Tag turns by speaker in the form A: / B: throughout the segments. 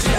A: 知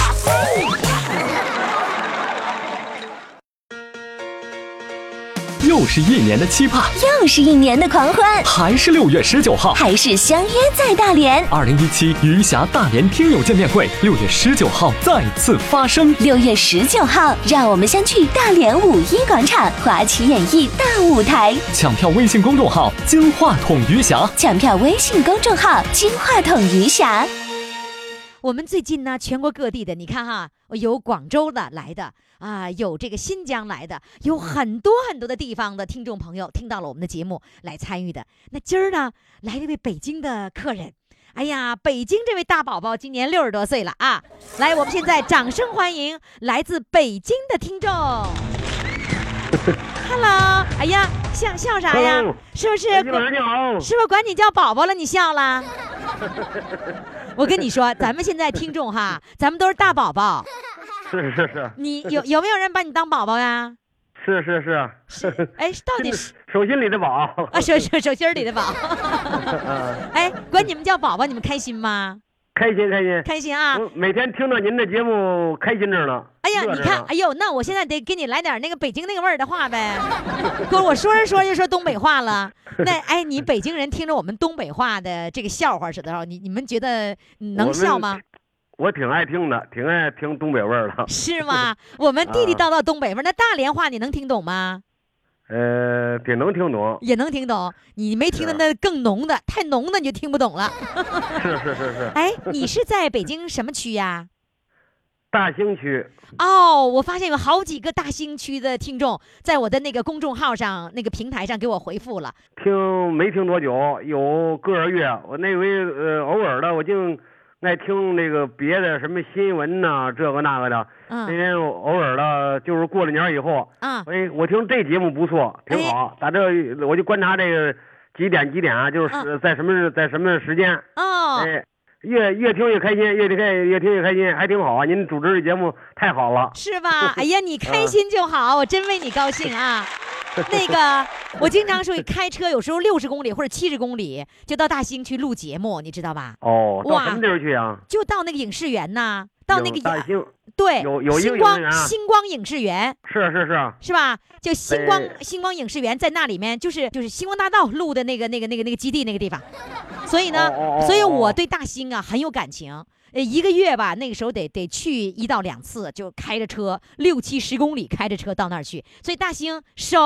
A: 啊！呼。
B: 又是一年的期盼，
C: 又是一年的狂欢，
B: 还是六月十九号。
C: 还是相约在大连。
B: 二零一七余霞大连听友见面会，六月十九号再次发生。
C: 六月十九号，让我们相聚大连五一广场华旗演艺大舞台。
B: 抢票微信公众号“金话筒余霞
C: 抢票微信公众号“金话筒余霞
D: 我们最近呢，全国各地的，你看哈，有广州的来的啊，有这个新疆来的，有很多很多的地方的听众朋友听到了我们的节目来参与的。那今儿呢，来了一位北京的客人。哎呀，北京这位大宝宝今年六十多岁了啊！来，我们现在掌声欢迎来自北京的听 众。Hello，哎呀，笑笑啥呀
E: Hello，
D: 是不是？
E: 哎你老师你好，
D: 是不是管你叫宝宝了？你笑了？我跟你 说，咱们现在听众哈，咱们都是大宝宝。
E: 是是是
D: 你 有有没有人把你当宝宝呀？
E: 是是 是，
D: 哎，到底是
E: 手心里的宝
D: 啊，手手手心里的 宝。哎，管你们叫宝宝，你们开心吗？
E: 开心开心。
D: 开心啊！
E: 我每天听到您的节目，开心着呢。
D: 哎呀，
E: 乐
D: 你
E: 着
D: 看
E: 呢，
D: 哎呦，那我现在得给你来点那个北京那个味儿的话呗。哥，我说着说着就说东北话 了。那哎，你北京人听着我们东北话的这个笑话似的时候，你你们觉得能笑吗？
E: 我挺爱听的，挺爱听东北味儿的。
D: 是 吗？我们地地
E: 啊
D: 道道东北味儿，那大连话你能听懂吗？
E: 呃，挺能听懂。
D: 也能听懂，你没听的
E: 啊
D: 那更浓的，太浓的你就听不懂 了。
E: 是是是是，
D: 哎，你是在北京什么区呀、
E: 大兴区
D: 哦，我发现有好几个大兴区的听众在我的那个公众号上、那个平台上给我回复了。
E: 听没听多久，有个月。我那回呃偶尔的，我净爱听那个别的什么新闻呐、这个那个的。
D: 嗯
E: 那天我偶尔的，就是过了年以后，
D: 啊，
E: 哎，我听这节目不错，挺
D: 哎
E: 好。打这我就观察这个几点几点啊，
D: 嗯
E: 就是在什么在什么时间，
D: 哦，
E: 哎，越越听越开心，越听越越听越开心，还挺好啊。您主持这节目太好了，
D: 是 吧？哎呀，你开心就好，我真为你高兴啊。那个，我经常说开车，有时候六十公里或者七十公里就到大兴去录节目，你知道吧？
E: 哦，到
D: 哇
E: 什么地儿去啊？
D: 就到那个影视园呐，到那
E: 有
D: 个
E: 大
D: 影
E: 兴，
D: 对
E: 有有一
D: 星
E: 个影视园
D: 光
E: 啊
D: 星光影视园。
E: 是啊是 是，
D: 是吧？就星光
E: 对
D: 星光影视园在那里面，就是就是星光大道录的那个那个那个那个基地那个地方，所以呢，
E: 哦哦哦
D: 所以
E: 哦
D: 我对大兴啊很有感情。呃，一个月吧，那个时候得得去一到两次，就开着车六七十公里，开着车到那儿去。所以大兴熟，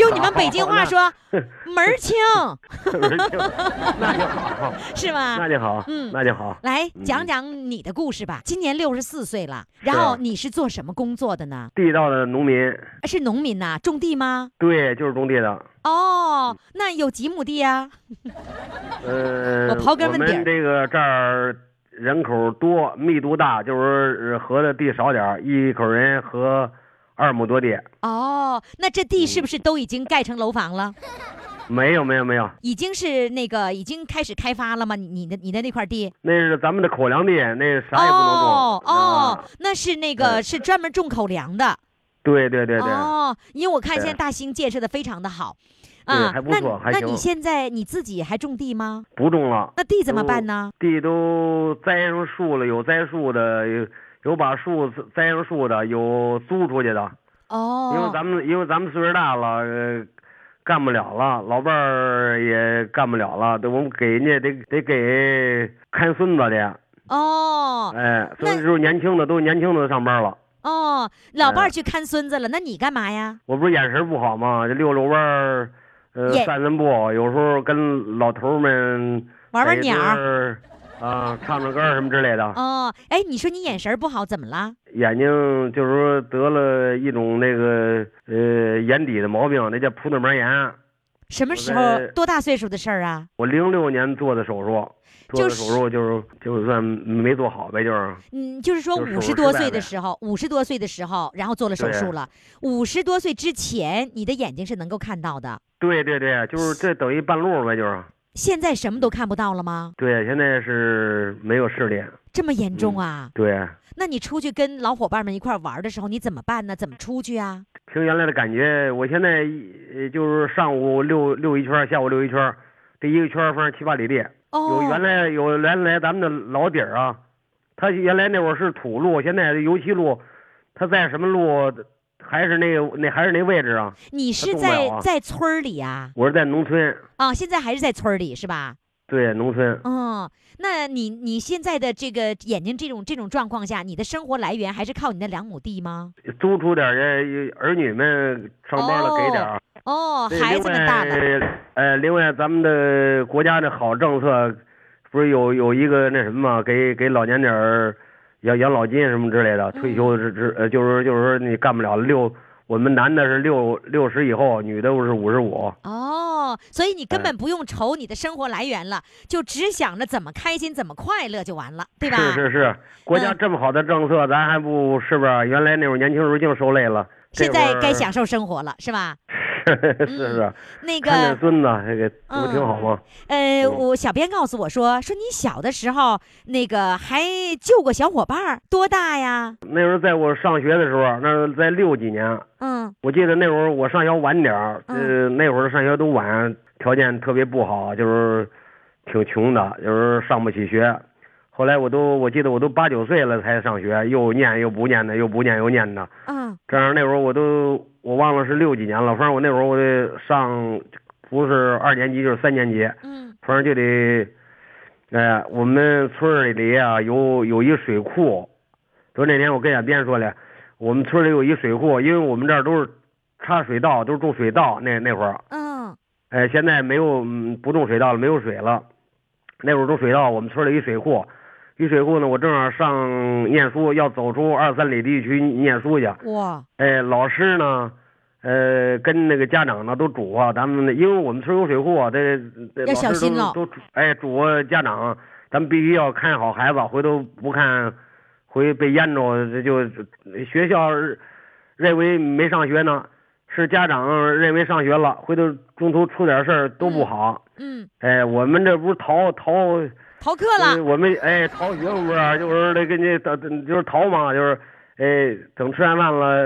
D: 用你们北京话说门儿清，
E: 那 就好，
D: 是吧
E: 那？就好，
D: 嗯
E: 那就好。
D: 来讲讲你的故事吧。今年六十四岁了，然后你是做什么工作的呢？
E: 地道的农民，
D: 是农民呐、种地吗？
E: 对，就是种地的。嗯
D: 哦，那有几亩地啊呀、
E: 呃，
D: 我刨根问
E: 我
D: 底儿
E: 们这个这儿人口多，密度大，就是合的地少点儿，一口人合二亩多地。
D: 哦，那这地
E: 嗯
D: 是不是都已经盖成楼房了？
E: 没有没有没有，
D: 已经是那个已经开始开发了吗？你你的你的那块地？
E: 那是咱们的口粮地，那啥也不能种。
D: 哦哦
E: 啊，
D: 那是那个是专门种口粮的。
E: 对对对对，
D: 哦，因为我看
E: 对
D: 现在大兴建设的非常的好。
E: 对
D: 啊
E: 还，不
D: 那
E: 错
D: 你
E: 还
D: 那你
E: 行
D: 现在你自己还种地吗？
E: 不种了，
D: 那地怎么
E: 都
D: 办呢？
E: 地都栽上树了，有栽树的，有有把树栽上树的，有租出去的。因为
D: 哦，
E: 咱们因为咱们岁数大了，呃干不了了，老伴儿也干不了了，得我们给人家得得给看孙子的，
D: 哦
E: 哎，所
D: 那
E: 以就是年轻的都年轻的上班了。
D: 哦，老伴儿
E: 哎
D: 去看孙子了，那你干嘛呀？
E: 我不是眼神不好吗？这溜溜弯儿，呃，
D: 眼
E: 散散步，有时候跟老头儿们
D: 玩玩鸟儿
E: 儿，啊，唱唱歌什么之类的，
D: 哦，哎，你说你眼神儿不好，怎么了？
E: 眼睛就是说得了一种那个呃眼底的毛病，那叫葡萄膜炎。
D: 什么
E: 我
D: 时候
E: 在？
D: 多大岁数的事儿啊？
E: 我零六年做的手术，做
D: 就
E: 的
D: 是
E: 手术就是就是算没做好呗，就是
D: 嗯，就是说
E: 就是
D: 五十
E: 手术
D: 多
E: 失败
D: 岁的
E: 呗
D: 时候，五十多岁的时候，然后做了手
E: 对
D: 术了。五十多岁之前，你的眼睛是能够看到的，
E: 对对对，就是这等于半路呗，就是
D: 现在什么都看不到了吗？
E: 对，现在是没有视力，
D: 这么严
E: 嗯
D: 重啊？
E: 对，
D: 那你出去跟老伙伴们一块儿玩儿的时候，你怎么办呢？怎么出去啊？
E: 凭原来的感觉，我现在呃就是上午溜溜一圈儿，下午溜一圈儿，这一个圈儿反正七八里地。有原
D: 哦，
E: 来有原来咱们的老底儿啊，它原来那会儿是土路，现在是油漆路，它在什么路还是那个那还是那位置啊？
D: 你是
E: 动不了
D: 在
E: 啊
D: 在村儿里啊？
E: 我是在农村，
D: 啊，现在还是在村儿里是吧？
E: 对农村，
D: 嗯，那你你现在的这个眼睛这种这种状况下，你的生活来源还是靠你那两亩地吗？
E: 租出点儿这儿女们上班了给点儿。
D: 哦，
E: 对
D: 孩子们大了，
E: 另外呃，另外咱们的国家的好政策，不是有有一个那什么嘛，给给老年点儿养养老金什么之类的，退休之之呃，就是就是说你干不了六，我们男的是六六十以后，女的是五十五。
D: 哦，所以你根
E: 哎
D: 本不用愁你的生活来源了，就只想着怎么开心、怎么快乐就完了，对吧？
E: 是是是，国家
D: 嗯
E: 这么好的政策，咱还不是不是？原来那会儿年轻时候净受累了，这
D: 现在
E: 会儿
D: 该享受生活了，是吧？ 嗯
E: 是是
D: 那
E: 看点
D: 个，
E: 孙子，这个这
D: 嗯
E: 不挺好吗？
D: 呃，
E: 嗯
D: 我小编告诉我说，说你小的时候那个还救过小伙伴儿，多大呀？
E: 那时候在我上学的时候，那是在六几年，
D: 嗯，
E: 我记得那会儿我上学晚点儿，
D: 嗯
E: 呃，那会儿上学都晚，条件特别不好，就是挺穷的，就是上不起学。后来我都我记得我都八九岁了才上学，又念又不念的，又不念又念的。
D: 嗯，
E: 这样那会儿我都我忘了是六几年了，反正我那会儿我得上，不是二年级就是三年级，
D: 嗯，
E: 反正就得，呃，我们村儿里啊有有一水库，就那天我跟俺编说了，我们村儿里有一水库，因为我们这儿都是插水稻，都是种水稻，那那会儿，
D: 嗯，
E: 哎、现在没有、嗯、不种水稻了，没有水了，那会儿种水稻，我们村儿里一水库，一水库呢，我正好上念书，要走出二三里地去念书去，
D: 哇，
E: 哎，老师呢，呃，跟那个家长呢都嘱咐、咱们，因为我们村有水库啊，这这
D: 要
E: 老师
D: 小心
E: 都
D: 了
E: 都嘱哎嘱咐家长，咱们必须要看好孩子，回头不看，回被淹着，这就学校认为没上学呢，是家长认为上学了，回头中途出点事儿都不好。
D: 嗯，
E: 哎，我们这不是逃逃，
D: 逃课
E: 呃
D: 了，
E: 我们哎逃学不是，就是那跟那就是逃嘛，就是哎等吃完饭了，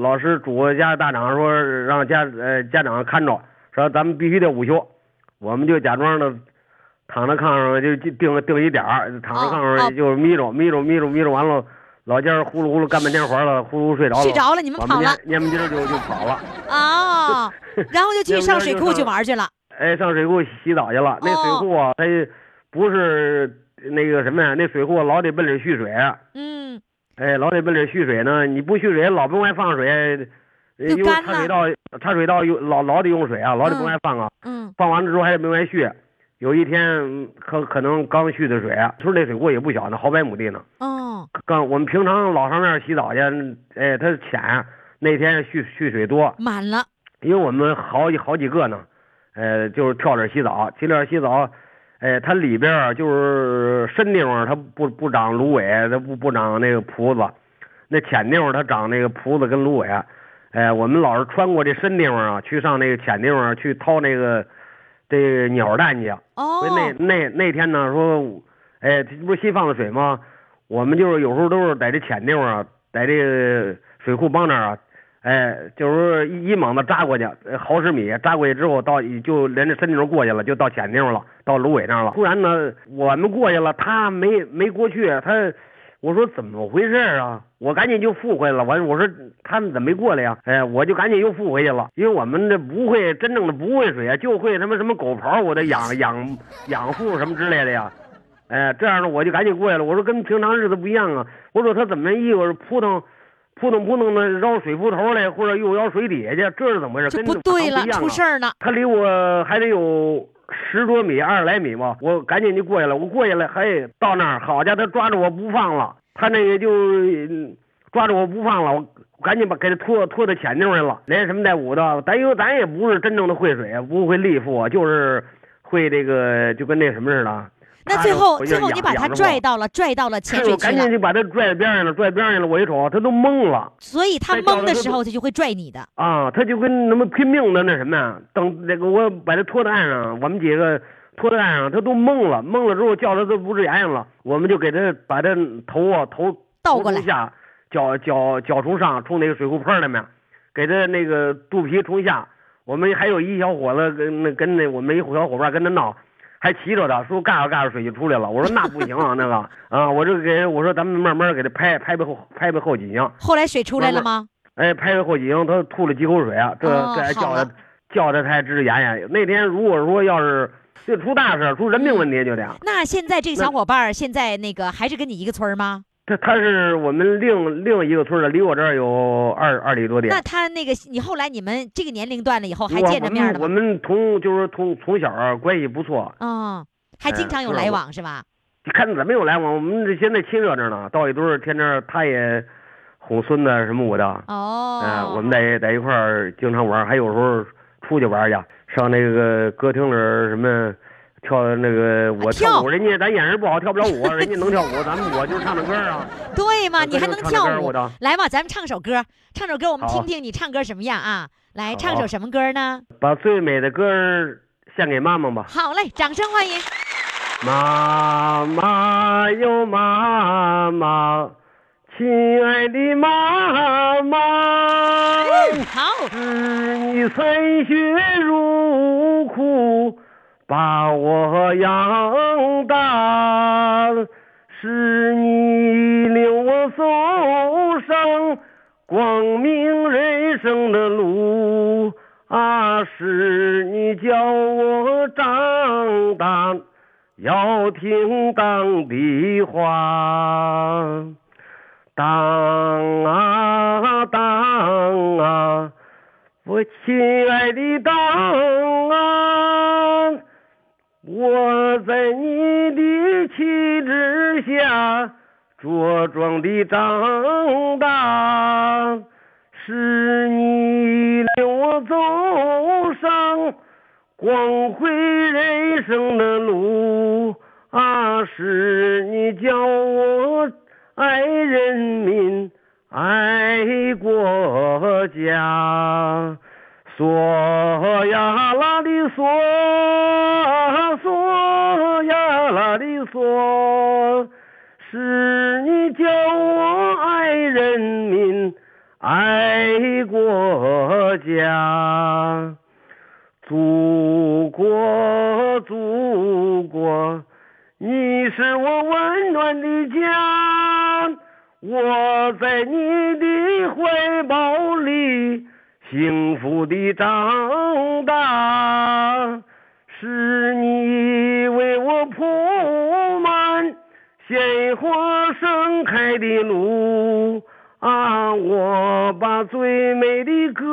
E: 老师嘱咐家大长说让家呃家长看着，说咱们必须得午休，我们就假装的躺在炕上就定定一点儿，躺在炕
D: 哦哦
E: 上就眯着眯着眯着眯着完了，老家呼噜呼噜干半天活了，呼噜睡着了，
D: 睡着了你们
E: 我
D: 跑了
E: 蔫不筋儿就就跑了。
D: 啊，然后就去
E: 要不
D: 上
E: 然
D: 水
E: 就
D: 库去
E: 上
D: 玩儿去了。
E: 哎，上水库洗澡去了。那
D: 哦
E: 水库啊，它不是那个什么呀，那水库老得奔里蓄水，啊
D: 嗯，
E: 哎，老得奔里蓄水呢。你不蓄水，老不往外放水，呃
D: 就
E: 因为
D: 干
E: 插水道插水道用老老得用水啊，老得
D: 嗯
E: 往外放啊。
D: 嗯，
E: 放完了之后还得往外蓄。有一天嗯可可能刚蓄的水，啊村里水库也不小呢，好百亩地呢。
D: 哦，
E: 刚我们平常老上那儿洗澡去，哎，它浅，那天蓄蓄水多，
D: 满了，
E: 因为我们好几好几个呢，呃，就是跳着洗澡，跳着洗澡，呃，它里边儿就是深地方它不不长芦苇，它不不长那个蒲子，那浅地方它长那个蒲子跟芦苇，呃，我们老是穿过这深地方啊，去上那个浅地方去掏那个这个鸟蛋去。啊
D: 哦
E: 所以，那那那天呢说，哎，这不是新放的水吗？我们就是有时候都是在这浅地方啊，在这个水库帮那儿啊，哎，就是一一猛子扎过去，呃好十米扎过去之后，到就连着深地方过去了，就到浅地方了，到芦苇那儿了。突然呢，我们过去了，他没没过去，他。我说怎么回事啊？我赶紧就附回来了。完，我说他们怎么没过来呀、哎，我就赶紧又附回去了，因为我们这不会真正的不会水啊，就会他妈什么狗刨，我的养养养护什么之类的呀。哎，这样呢，我就赶紧过来了。我说跟平常日子不一样啊。我说他怎么一会儿扑腾，扑腾扑腾的绕水铺头来，或者又绕水底下去，这是怎么回事？
D: 就
E: 跟
D: 不
E: 正常
D: 对了
E: 不一，样
D: 出
E: 啊
D: 事儿了。
E: 他离我还得有十多米、二十来米吧，我赶紧就过去了。我过去了，嘿，到那儿，好家伙，他抓住我不放了，他那个就嗯抓住我不放了，我赶紧把给他拖拖到前头去了，连什么带舞的，咱因为咱也不是真正的会水，啊不会力夫，就是会这个就跟那什么似的。
D: 那
E: 他
D: 最
E: 就
D: 后
E: 回去
D: 最后
E: 养
D: 你把他
E: 养着
D: 拽
E: 我
D: 到了，拽到了
E: 是
D: 浅水
E: 我
D: 区
E: 赶紧
D: 了，
E: 就把他拽边上了，拽边上了。我一瞅，他都懵了
D: 所以他
E: 哎到
D: 懵
E: 了
D: 的
E: 他
D: 时
E: 不
D: 候他就会拽你的。
E: 啊！他就跟他们拼命的那什么呀，等那个我把他拖到岸上，我们几个拖到岸上，他都懵了，懵了之后叫他都不是眼睛了，我们就给他把他头啊头
D: 倒过来
E: 头从下，脚脚脚从上冲那个水库坡那边，给他那个肚皮冲下。我们还有一小伙子跟那跟那我们一小伙伴跟他闹，还骑着他说尬着尬着水就出来了。我说那不行啊那个啊，我就给我说咱们慢慢给他拍拍拍后拍拍后脊梁。
D: 后来水出来了吗？
E: 哎，拍了后脊梁，他吐了几口水啊，这
D: 哦
E: 这还
D: 好
E: 叫
D: 了
E: 他叫他才治眼眼。那天如果说要是就出大事，出人命问
D: 嗯
E: 题就得。
D: 那现在这个小伙伴儿现在那个还是跟你一个村儿吗？
E: 他他是我们另另一个村的，离我这儿有二二里多地。
D: 那他那个你后来你们这个年龄段了以后还
E: 我
D: 见着面了
E: 我
D: 吗？
E: 们我们同就是从从小啊关系不错，
D: 嗯，还经
E: 哎
D: 常有
E: 是
D: 来
E: 我
D: 往是吧？
E: 看怎么有来往。我们这现在亲热着呢，到一堆儿天天儿他也哄孙子什么我的。
D: 哦，
E: 啊，我们在在一块儿经常玩儿，还有时候出去玩儿去，上那个歌厅里儿什么跳那个我
D: 跳
E: 跳舞，人家咱眼神不好跳不了舞，啊人家能跳舞，咱们我就是唱唱歌啊。
D: 对嘛，
E: 啊
D: 你
E: 歌
D: 还
E: 就
D: 能
E: 唱着歌
D: 跳
E: 儿
D: 舞
E: 我的？
D: 来吧，咱们唱首歌，唱首歌，我们
E: 好
D: 听听你唱歌什么样啊？来，唱
E: 好
D: 首什么歌呢？
E: 把最美的歌儿献给妈妈吧。
D: 好嘞，掌声欢迎！
E: 妈妈哟妈妈，亲爱的妈妈。
D: 好，
E: 是你残血入库把我养大，是你领我走上光明人生的路啊，是你教我长大，要听党的话。当啊当啊，我亲爱的当啊，我在你的旗帜下茁壮地长大，是你领我走上光辉人生的路啊，是你教我爱人民、爱国家。嗦呀啦的嗦，嗦呀啦的嗦，是你教我爱人民、爱国家。祖国，祖国，你是我温暖的家，我在你的怀抱里幸福地长大，是你为我铺满鲜花盛开的路啊，我把最美的歌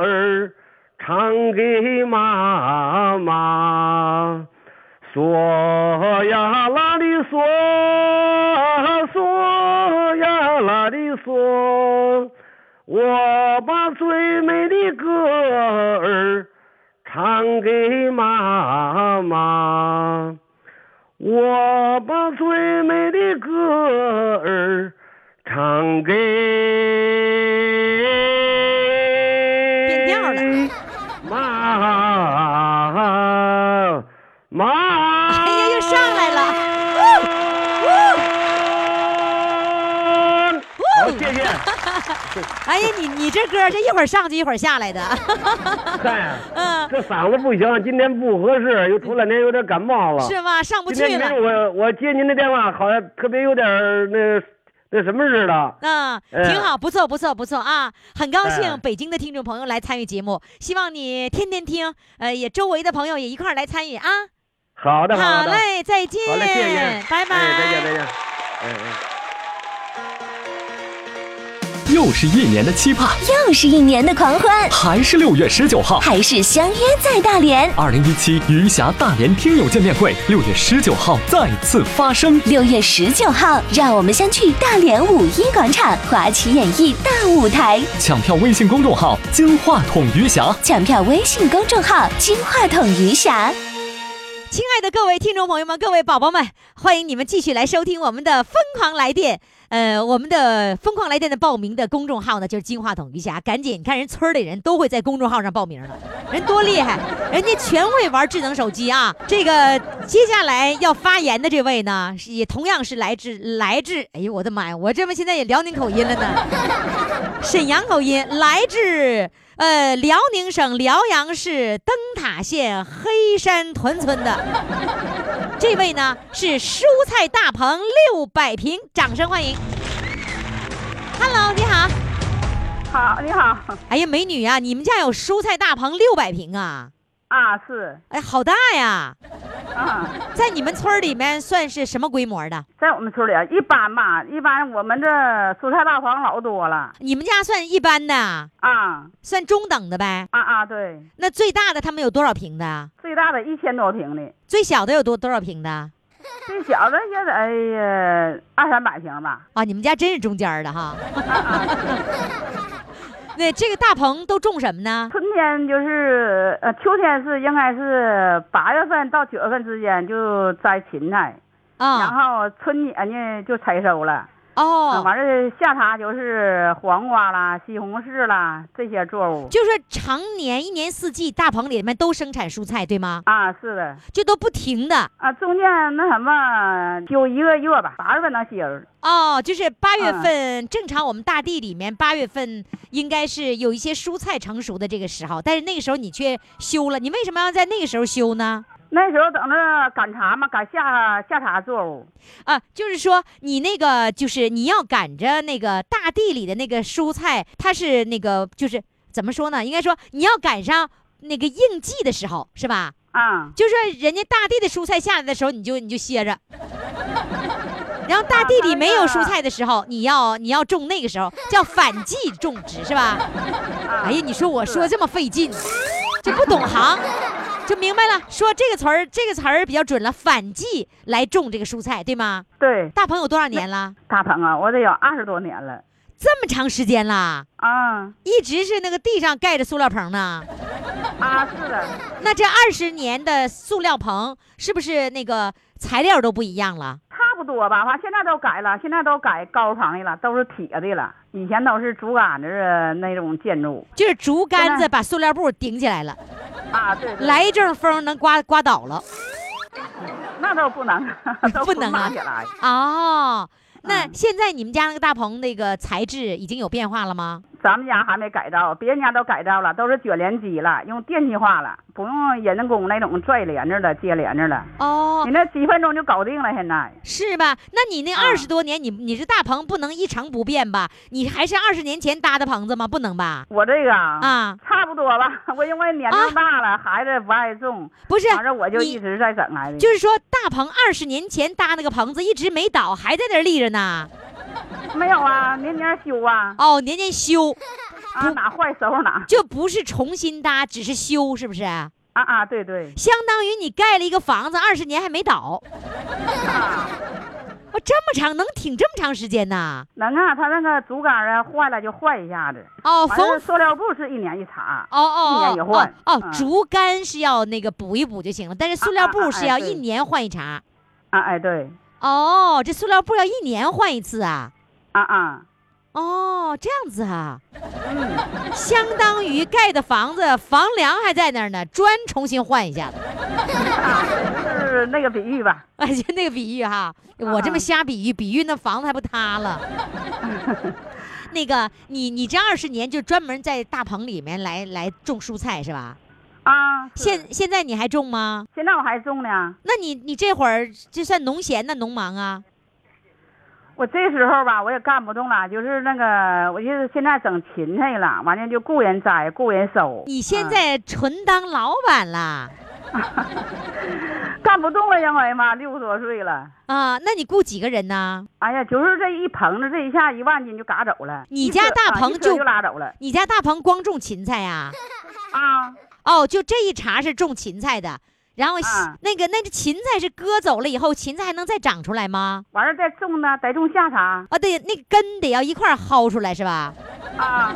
E: 儿唱给妈妈。嗦呀啦的嗦，嗦呀啦的嗦，我把最美的歌儿唱给妈妈，我把最美的歌儿唱给。
D: 变调了
E: 妈妈，
D: 哎
E: 哎
D: 呀，又上来了。
E: 了！好，谢谢。
D: 哎呀，你你这歌这一会儿上去一会儿下来的， 嗯
E: 嗨，这嗓子不行，今天不合适，又头两天有点感冒 了。
D: 是吗？上不
E: 哦今
D: 去
E: 天
D: 了。
E: 您我我接您的电话，好像特别有点儿那那什么似的。
D: 嗯，
E: 哎
D: 挺好，不错，不错，不错啊！很高兴
E: 哎
D: 北京的听众朋友来参与节目，希望你天天听，呃，也周围的朋友也一块儿来参与啊！
E: 好的，
D: 好
E: 的，
D: 嘞，再见，
E: 好嘞，谢哎谢，
D: 拜拜，
E: 哎哎再见，再见，嗯嗯。
B: 又又是一年的期盼，
C: 又是一年的狂欢，
B: 还是六月十九号。
C: 还是相约在大连。
B: 二零一七余霞大连听友见面会，六月十九号再次发生。
C: 六月十九号，让我们相聚大连五一广场华旗演艺大舞台。
B: 抢票微信公众号“金话筒余霞
C: 抢票微信公众号“金话筒余霞
D: 亲爱的各位听众朋友们，各位宝宝们，欢迎你们继续来收听我们的《疯狂来电》。呃，我们的《疯狂来电》的报名的公众号呢，就是金话筒余霞。赶紧，你看人村儿里人都会在公众号上报名了，人多厉害，人家全会玩智能手机啊。这个接下来要发言的这位呢，是也同样是来自来自，哎呦我的妈呀，我这么现在也辽宁口音了呢。沈阳口音，来自呃辽宁省辽阳市灯塔县黑山屯村的。这位呢是蔬菜大棚六百平，掌声欢迎。Hello，你好。
F: 好，你好
D: 哎呀，美女啊，你们家有蔬菜大棚六百平啊？
F: 啊，是
D: 哎，好大呀！
F: 啊，
D: 在你们村儿里面算是什么规模的？
F: 在我们村里啊，一般吧，一般我们这蔬菜大棚老多了
D: 你们家算一般的啊，
F: 啊
D: 算中等的呗。
F: 啊啊，对，
D: 那最大的他们有多少平的啊？
F: 最大的一千多平的，
D: 最小的有多多少平的啊？
F: 最小的也得哎呀二三百平 吧，
D: 啊，你们家真是中间儿的哈。
F: 啊啊，
D: 那这个大棚都种什么呢？
F: 春天就是呃，秋天是应该是八月份到九月份之间就摘芹菜，然
D: 啊，
F: 后春年呢就采收了，啊
D: 哦，
F: 完了下茬就是黄瓜啦、西红柿啦这些作物
D: 就是说常年一年四季大棚里面都生产蔬菜，对吗？
F: 啊，是的。
D: 这都不停的
F: 啊，中间那什么休一个月吧，八月份能歇人儿
D: 哦，就是八月
F: 嗯
D: 份，正常我们大地里面八月份应该是有一些蔬菜成熟的这个时候，但是那个时候你却休了，你为什么要在那个时候休呢？
F: 那时候等着赶茶嘛，赶下下茶作物。
D: 啊，就是说你那个就是你要赶着那个大地里的那个蔬菜，它是那个就是怎么说呢？应该说你要赶上那个应季的时候，是吧？
F: 啊、
D: 就是说人家大地的蔬菜下来的时候，你就你就歇着。然后大地里没有蔬菜的时候，你要你要种那个时候叫反季种植是吧？哎呀，你说我说这么费劲，这不懂行，就明白了。说这个词儿这个词儿比较准了，反季来种这个蔬菜对吗？
F: 对，
D: 大鹏有多少年了？
F: 大鹏啊，我得有二十多年了。
D: 这么长时间啦，
F: 啊
D: 一直是那个地上盖着塑料棚 呢。
F: 啊，是的，
D: 那这二十年的塑料棚是不是那个材料都不一样了？
F: 差不多吧。反正现在都改了，现在都改高棚的了，都是铁的了。以前都是竹竿子的那种建筑。
D: 就是竹竿
F: 现
D: 子
F: 在
D: 把塑料布顶起来了，
F: 啊，对对，
D: 来一阵风能刮刮倒了。
F: 那都不能， 都
D: 不能啊
F: 捆绑起来。
D: 哦，那
F: 嗯
D: 现在你们家那个大棚那个材质已经有变化了吗？
F: 咱们家还没改造，别人家都改造了，都是卷帘机了，用电气化了，不用人工那种拽帘子了、接帘子了。
D: 哦
F: 你，那几分钟就搞定了，现在
D: 是吧？那你那
F: 啊
D: 二十多年，你你这大棚不能一成不变吧？你还是二十年前搭的棚子吗？不能吧？
F: 我这个
D: 啊，
F: 差不多吧。我因为年龄大了，孩子不爱种，
D: 不是，
F: 反正我就
D: 你
F: 一直在整来的。
D: 就是说大棚二十年前搭那个棚子一直没倒，还在那儿立着呢。
F: 没有啊，年年修啊，
D: 哦，年年修，
F: 啊
D: 不
F: 哪坏收拾哪。
D: 就不是重新搭，只是修，是不是？
F: 啊啊，对对
D: 相当于你盖了一个房子二十年还没 倒。
F: 啊，
D: 哦，这么长能挺这么长时间呐？
F: 能啊，他那个竹竿啊坏了就坏一下子，
D: 哦，
F: 完了
D: 缝
F: 塑料布是一年一茬。
D: 哦哦
F: 一年
D: 哦
F: 一换
D: 哦哦，
F: 嗯
D: 竹竿是要那个补一补就行了，但是塑料
F: 啊
D: 布
F: 啊
D: 是要
F: 哎对
D: 一年换一茬。
F: 啊哎对，
D: 哦，这塑料布要一年换一次啊？
F: 啊啊
D: 哦，这样子啊，相当于盖的房子房梁还在那儿呢，砖重新换一下子。
F: 啊，就是那个比喻吧。
D: 哎，就那个比喻哈，我这么瞎比喻，比喻那房子还不塌了。那个，你你这二十年就专门在大棚里面来来种蔬菜是吧？
F: 啊，是
D: 现现在你还种吗？
F: 现在我还种呢。
D: 那你你这会儿这算农闲呢，农忙啊？
F: 我这时候吧，我也干不动了，就是那个，我就是现在整芹
E: 啊
F: 菜了，完了就雇人摘，雇人收。
D: 你现
F: 嗯
D: 在纯当老板啦？
F: 啊
G: 干不动了，因为嘛，六十多岁了。
D: 啊，那你雇几个人呢？
G: 哎呀，就是这一棚子，这一下一万斤就嘎走了。
D: 你
G: 一
D: 家
G: 车
D: 大
G: 啊
D: 棚
G: 一车
D: 就
G: 就拉走了
D: 你家大棚光种芹菜呀、
G: 啊！
D: 哦，就这一茬是种芹菜的，然后西、
G: 啊
D: 那个那个芹菜是割走了以后，芹菜还能再长出来吗？
G: 完了再种呢，得种下茬
D: 啊，对，那根得要一块儿薅出来是吧？
G: 啊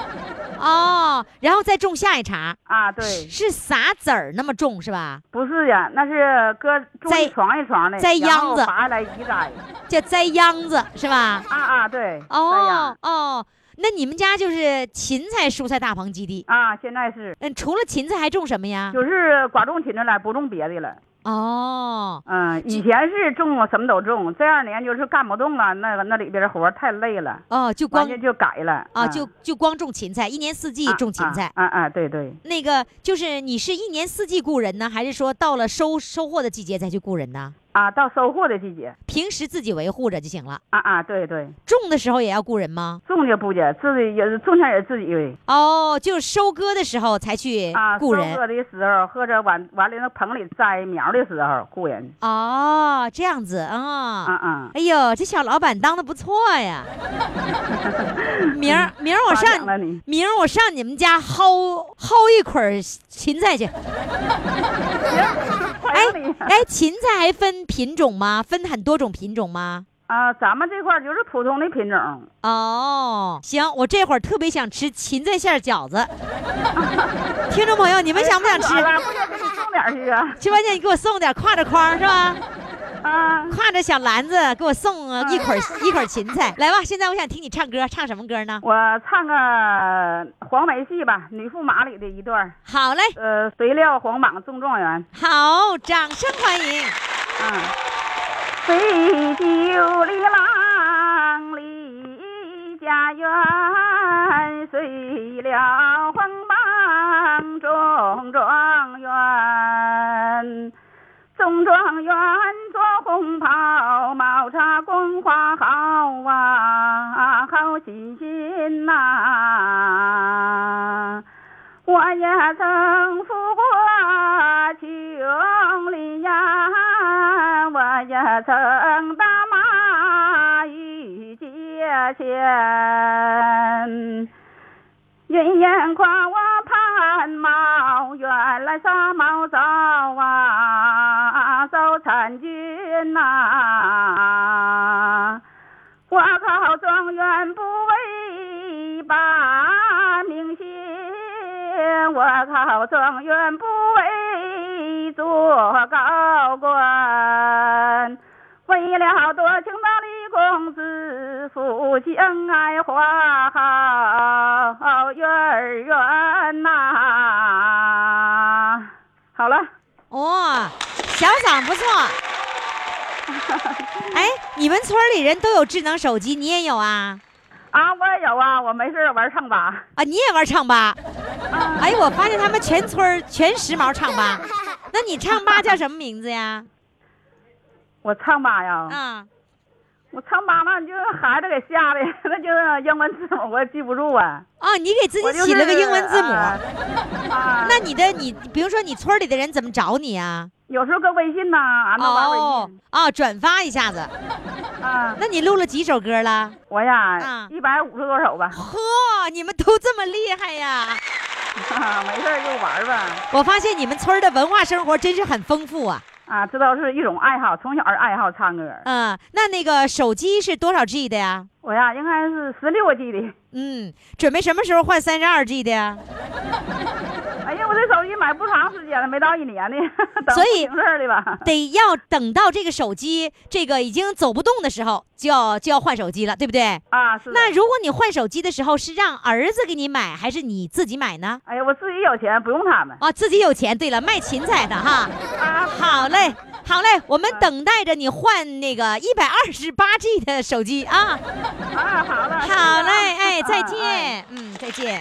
D: 哦，然后再种下一茬，
G: 啊！对，
D: 是撒籽儿那么种是吧？
G: 不是呀，那是搁种
D: 栽
G: 一床一床的，
D: 栽
G: 然后
D: 秧子
G: 拔下来移栽。
D: 叫栽秧子是吧？
G: 啊啊，对，栽秧
D: 哦哦，那你们家就是芹菜蔬菜大棚基地。
G: 啊，现在是
D: 嗯，除了芹菜还种什么呀？
G: 就是寡种芹菜了，不种别的了。
D: 哦，
G: 嗯，以前是种什么都种，这二年就是干不动了，那个那里边的活儿太累了，
D: 哦，就
G: 完
D: 光
G: 全就改了
D: 啊，
G: 嗯
D: 就就光种芹菜，一年四季
G: 啊
D: 种芹菜。
G: 啊啊啊，对对，
D: 那个就是你是一年四季雇人呢，还是说到了收收获的季节再去雇人呢？
G: 啊，到收获的季节，
D: 平时自己维护着就行了。
G: 啊啊，对对，
D: 种的时候也要雇人吗？
G: 种就不接，自己也是种下也自己喂
D: 哦，就是收割的时候才去
G: 啊，收
D: 雇人。
G: 割的时候或者往完了那棚里栽苗的时候雇人，
D: 哦，这样子啊。
G: 啊啊，
D: 哎呦，这小老板当的不错呀！明儿明儿我
G: 夸奖
D: 上
G: 嗯了你
D: 明儿我上你们家薅薅一捆儿芹菜去。
G: 夸
D: 哎
G: 奖你
D: 哎，芹菜还分品种吗？分很多种品种吗？
G: 啊，咱们这块儿就是普通的品种，
D: 哦，行，我这会儿特别想吃芹菜馅儿饺子。 听众朋友，你们想不想吃？
E: 哎
G: 完了，不想给你送点儿去啊，
D: 直播间你给我送点儿，挎着筐儿是吧？
G: 啊。
D: 挎着小篮子给我送啊一捆儿一捆儿芹菜，来吧！现在我想听你唱歌，唱什么歌呢？
G: 我唱个黄梅戏吧，《女驸马》里的一段儿。
D: 好嘞，
G: 呃，谁料皇榜中状元，
D: 好，掌声欢迎。
G: 嗯，谁丢里郎离家园，谁料皇榜中状元。中状元着红袍，帽插宫花好啊，好喜新呐、我也曾赴过穷里呀，我也曾打马遇阶前。人言夸我盼毛，原来杀毛早啊，早参军呐、我考状元不为把名谢，我考状元不为做高官。为了多情的李公子，负情爱花好月儿圆呐、好了，
D: 哇、小嗓不错。哎，你们村里人都有智能手机，你也有啊？
G: 啊，我有啊，我没事儿玩唱吧。
D: 啊，你也玩唱吧？哎，我发现他们全村儿全时髦唱吧。 那你唱吧叫什么名字呀？
G: 我唱吧呀，
D: 啊，
G: 我唱吧那就孩子给吓的， 那就是英文字母我也记不住啊。
D: 哦，你给自
G: 我
D: 己
G: 就是
D: 起了个英文字母。
G: 啊啊，
D: 那你的你，比如说你村儿里的人怎么找你啊？
G: 有时候搁微信呐、俺们玩微
D: 哦
G: 信、
D: 哦，转发一下子。
G: 啊。
D: 那你录了几首歌了？
G: 我呀
D: 啊，
G: 一百五十多首吧，
D: 呵，你们都这么厉害呀！
G: 啊，没事儿就玩儿吧。
D: 我发现你们村儿的文化生活真是很丰富啊。
G: 啊，这都是一种爱好，从小儿爱好唱歌。
D: 嗯，那那个手机是多少 G 的呀？
G: 我呀，应该是十六个 G 的。
D: 嗯，准备什么时候换三十二 G 的呀？
G: 哎呀，我这手机买不长时间了，没到一年呢， 等
D: 所
G: 不
D: 以
G: 行事儿的吧？
D: 得要等到这个手机这个已经走不动的时候，就要就要换手机了，对不对？
G: 啊，是的。
D: 那如果你换手机的时候是让儿子给你买，还是你自己买呢？
G: 哎呀，我自己有钱，不用他们。
D: 哦，自己有钱。对了，卖芹菜的哈。
G: 啊，
D: 好嘞，好嘞，我们等待着你换那个一百二十八 G 的手机啊。
G: 啊，好了，
D: 好 嘞，哎，
G: 啊
D: 再。
G: 啊
D: 见，嗯，再见。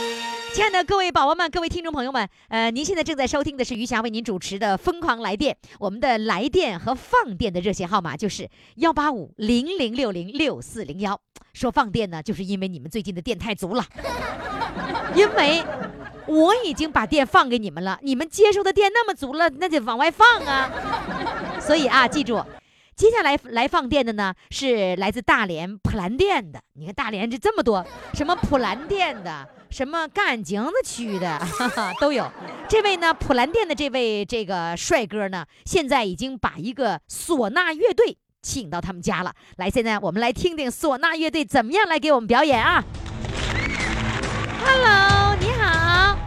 D: 亲爱的各位宝宝们、各位听众朋友们，呃，您现在正在收听的是余霞为您主持的《疯狂来电》，我们的来电和放电的热线号码就是幺八五零零六零六四零幺。说放电呢，就是因为你们最近的电太足了， 因为我已经把电放给你们了，你们接收的电那么足了，那得往外放啊。所以啊，记住，接下来来放电的呢是来自大连普兰店的。你看大连这这么多， 什么普兰店的，什么干井子区的， 哈哈，都有。这位呢，普兰店的这位这个帅哥呢，现在已经把一个唢呐乐队请到他们家了。来，现在我们来听听唢呐乐队怎么样来给我们表演啊。Hello，你好，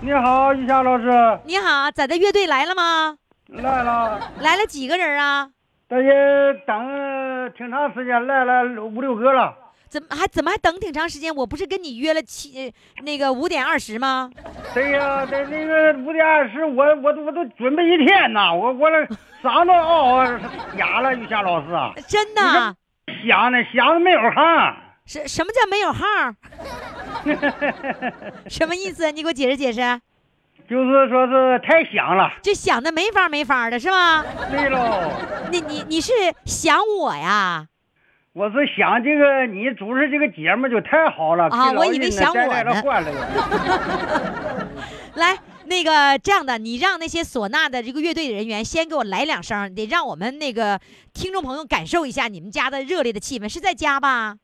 H: 你好，玉霞老师
D: 你好，咱的乐队来了吗？
H: 来了，
D: 来了几个人啊？
H: 这也等挺长时间，来了五六个了。
D: 怎么还怎么还等挺长时间？我不是跟你约了七呃那个五点二十吗？
H: 对哎呀、这那个五点二十，我我都我都准备一天呐，我我这嗓子嗷哑了，玉霞老师啊，
D: 真的
H: 想呢想的没有行。
D: 是什么叫没有号儿？什么意思？啊你给我解释解释。
H: 就是说是太想了，
D: 就想的没法没法的是吧？
H: 对喽，
D: 你你你是想我呀？
H: 我是想这个你主持这个节目就太好了，
D: 啊
H: 给
D: 我
H: 老
D: 以为
H: 人
D: 想
H: 呢带
D: 我
H: 来了
D: 呢
H: 欢乐。
D: 来，那个这样的，你让那些唢呐的这个乐队人员先给我来两声，得让我们那个听众朋友感受一下你们家的热烈的气氛，是在家吧？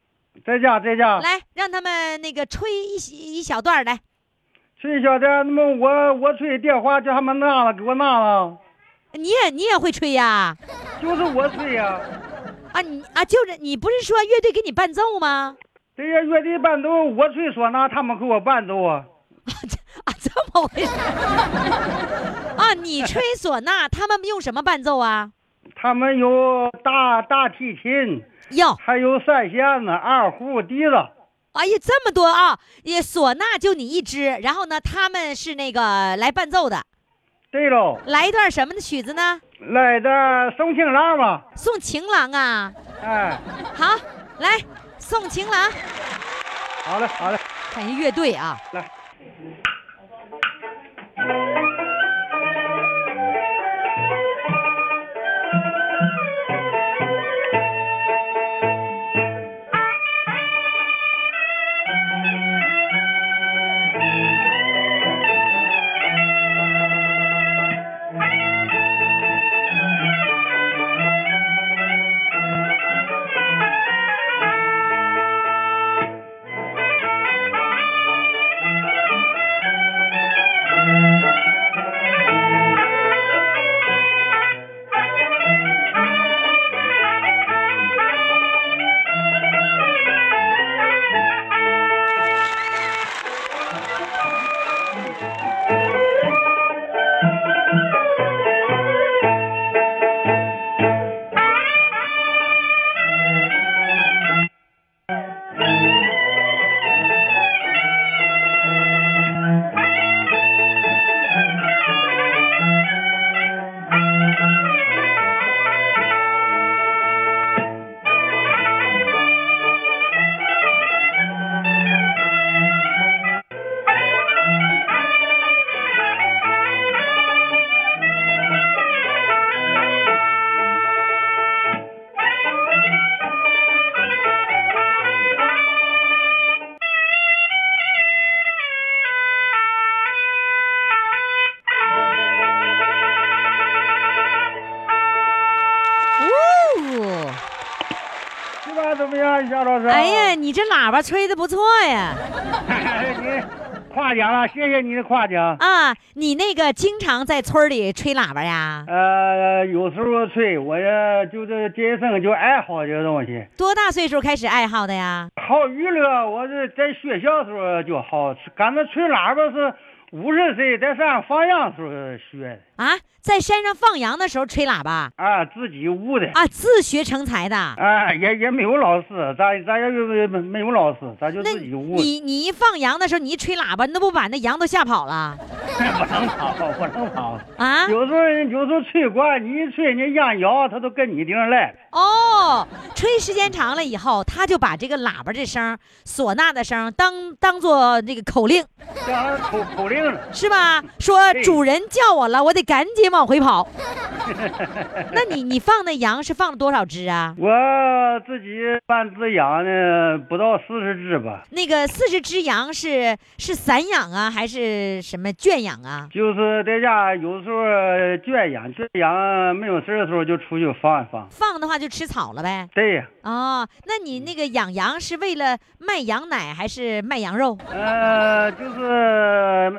H: 在家在家，
E: 啊
D: 来，让他们那个吹一一小段儿来。
H: 崔小丹，那么我我吹电话叫他们拿了，给我拿了，
D: 你也你也会吹呀？
H: 就是我吹呀、
D: 啊，你啊，就是你不是说乐队给你伴奏吗？
H: 这些乐队伴奏，我吹唢呐，他们给我伴奏啊。
D: 啊，这么回事儿 啊？你吹唢呐，他们用什么伴奏啊？
H: 他们有大大提琴，
D: 哟，
H: 还有三弦子、二胡、笛子。
D: 哎呀，这么多啊！也唢呐就你一支，然后呢，他们是那个来伴奏的，
H: 对喽，
D: 来一段什么的曲子呢？
H: 来的送情郎吧，
D: 送情郎啊！
H: 哎，
D: 好，来送情郎，
H: 好嘞，好嘞，
D: 看人乐队啊，
H: 来。
D: 哦，
H: 这把怎么样，夏老师？
D: 哎呀，，你这喇叭吹的不错呀！
H: 哎你夸奖了，谢谢你的夸奖。
D: 啊，你那个经常在村儿里吹喇叭 呀？
H: 呃，有时候吹，我也就是这一生就爱好这个东西，
D: 多大岁数开始爱好的呀？
H: 好娱乐。我是在学校时候就好，赶着吹喇叭是五十岁在山上放羊时候学的。
D: 啊，在山上放羊的时候吹喇叭
H: 啊，自己悟的，
D: 啊，自学成才的。
H: 啊，也也没有老师，咱咱也没没有老师，咱就
D: 那
H: 自己悟的。
D: 你你一放羊的时候，你一吹喇叭，那不把那羊都吓跑了
H: 我能跑，我能跑。
D: 啊？
H: 有时候有时候吹管，你一吹，人家羊摇，它都跟你顶上来了。
D: 哦，吹时间长了以后，他就把这个喇叭这声儿、唢呐的声儿当当做这个口令，
H: 这玩意儿口口令了。
D: 是吧？说
H: 对
D: 主人叫我了，我得赶紧往回跑。那你你放那羊是放了多少只啊？
H: 我自己半只羊呢，不到四十只吧，
D: 那个四十只羊是是散养啊，还是什么圈养啊？
H: 就是在家有时候圈养，圈养没有事儿的时候就出去放一放。
D: 放的话就吃草了呗。
H: 对呀，
D: 哦，那你那个养羊是为了卖羊奶还是卖羊肉？
H: 呃，就是呃，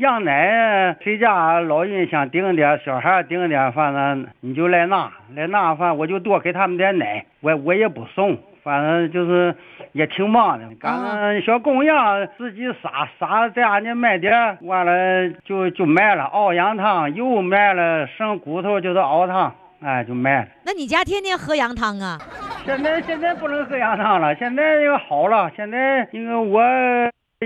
H: 让奶谁家老人想顶点儿，小孩儿顶点儿，反正你就来拿，来拿，反正我就多给他们点奶，我我也不送，反正就是也挺忙的。赶上小公羊自己撒撒，在俺家卖点儿，完了就就卖了，熬羊汤又卖了，剩骨头就是熬汤，哎，就卖了。
D: 那你家天天喝羊汤啊？
H: 现在现在不能喝羊汤了，现在那个好了，现在那个我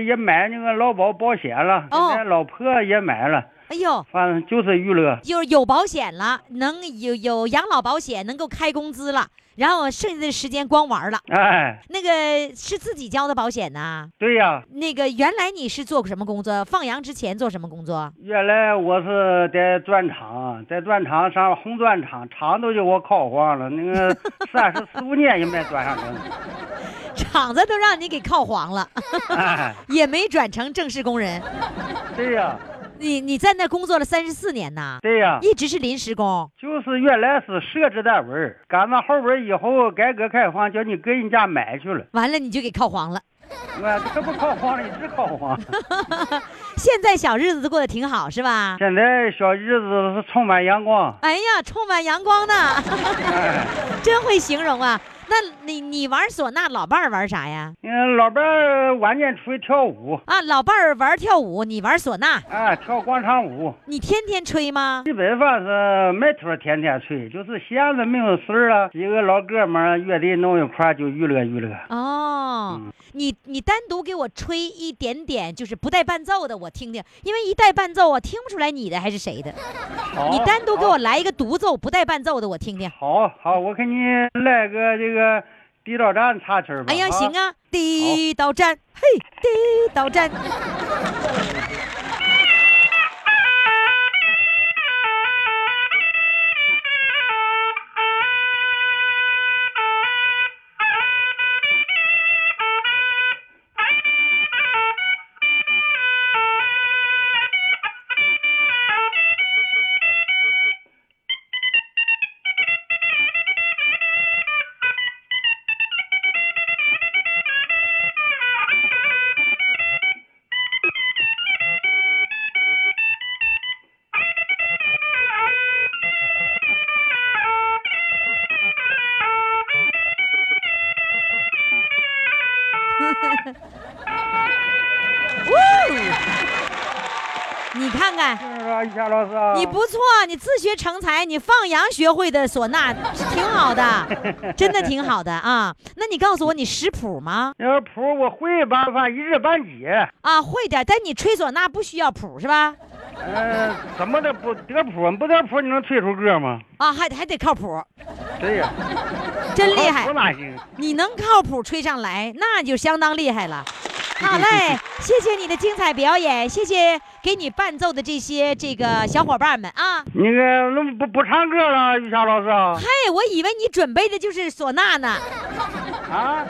H: 也买那个劳保保险了，
D: 哦
H: 现在老婆也买了，
D: 哎呦，
H: 反正就是娱乐。
D: 就是有保险了，能有有养老保险，能够开工资了，然后剩下的时间光玩了。
H: 哎，
D: 那个是自己交的保险呐、
H: 对呀，
D: 那个原来你是做过什么工作？放羊之前做什么工作？
H: 原来我是在砖厂，在砖厂上红砖厂，厂都叫我烤黄了，那个三十四五年也没砖上成。
D: 厂子都让你给靠黄了，
H: 哎，
D: 也没转成正式工人。
H: 对呀，
D: 你你在那工作了三十四年呐，
H: 对呀，
D: 一直是临时工。
H: 就是原来是设置单位儿，赶到后边儿以后改革开放，叫你给人家买去了，
D: 完了你就给靠黄了，
H: 我这不烤黄了，一直烤黄。
D: 现在小日子都过得挺好是吧？
H: 现在小日子是充满阳光，哎
D: 哎呀，充满阳光呢， 真会形容啊！那你你玩唢呐，老伴儿玩啥呀？
H: 嗯，老伴儿晚间出去跳舞，
D: 啊，老伴儿玩跳舞，你玩唢呐，
H: 啊，跳广场舞，
D: 你天天吹吗？
H: 基本上是没头儿天天吹，就是闲着没有事儿了，几个老哥们儿乐队弄一块儿就娱乐娱乐。
D: 哦
H: 嗯，
D: 你你单独给我吹一点点，就是不带伴奏的，我听听，因为一带伴奏我听不出来你的还是谁的。
H: 好，
D: 你单独给我来一个独奏，不带伴奏的，我听听。
H: 好，好，好，我给你来个这个地道战插曲儿吧。
D: 哎呀，行啊，地道战，嘿，地道战。你看看，
H: 是啊，于谦老师啊，
D: 你不错，你自学成才，你放羊学会的唢呐是挺好的，真的挺好的啊。那你告诉我，你识谱吗？
H: 那个谱我会吧，反正一知半解。
D: 啊，会点，但你吹唢呐不需要谱是吧？
H: 嗯，怎么的不得谱？不得谱你能吹出歌吗？
D: 啊，还还得靠谱，
H: 对呀，
D: 真厉
H: 谱
D: 害！
H: 哪行？
D: 你能靠谱吹上来，那就相当厉害了。好嘞，谢谢你的精彩表演，谢谢给你伴奏的这些这个小伙伴们啊。
H: 那个，那不不唱歌了，于霞老师啊？
D: 嘿，我以为你准备的就是唢呐呢。
H: 啊，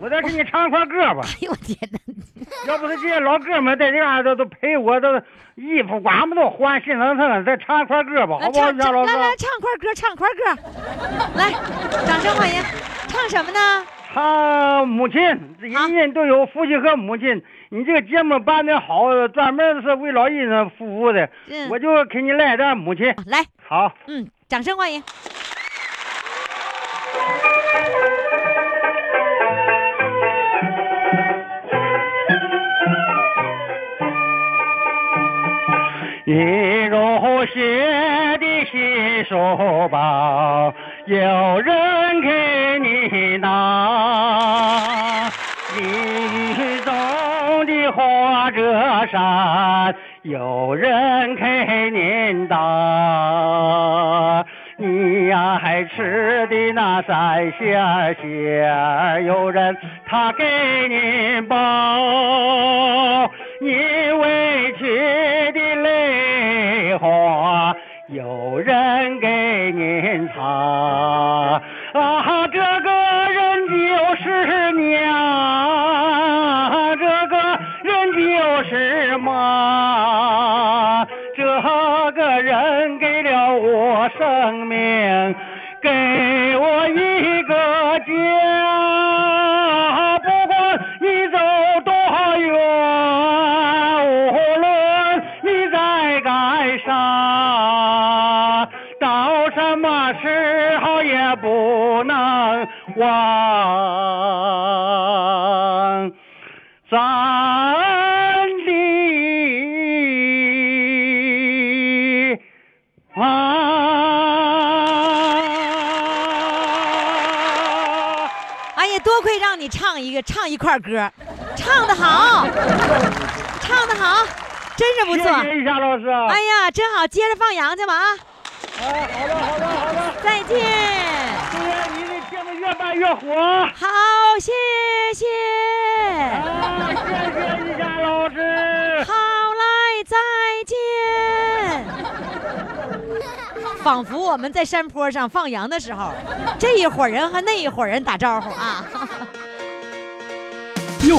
H: 我再给你唱一块歌 吧。
D: 哎呦我天哪！
H: 要不是这些老哥们在这嘎都都陪我，都衣服俺们都换新郎了，再唱一块歌吧，好
D: 来
H: 不好，于
D: 唱
H: 霞
D: 唱
H: 老师
D: 来
H: 啊？
D: 来唱块歌，唱块歌，来，掌声欢迎。唱什么呢？
H: 他啊母亲，人人都有父亲和母亲。你这个节目办的好，专门是为老人服务的，
D: 嗯
H: 我就给你来点母亲。
D: 来，
H: 好，
D: 嗯，掌声欢迎。
H: 一柔弦
I: 的手包，有人给你拿。林中的花折扇，有人给您打。你呀还吃的那三馅儿馅儿，有人他给您包。你委屈的泪花，有人给您擦。啊，这个人就是娘，这个人就是妈，这个人给了我生命，给我一个家。不管你走多远，无论你在干啥，到什么时候也不能忘咱的啊。
D: 哎呀，多亏让你唱一个唱一块儿歌，唱得好，唱得好，真是不错。
I: 谢谢一下老师啊！
D: 哎呀，真好，接着放羊去吧啊！
I: 哎，好的，好的，好的，
D: 再见，
I: 祝愿你的节目越办越火。
D: 好，谢谢，
I: 啊，谢谢一下老师。
D: 好嘞，再见。仿佛我们在山坡上放羊的时候，这一伙人和那一伙人打招呼啊。
B: 又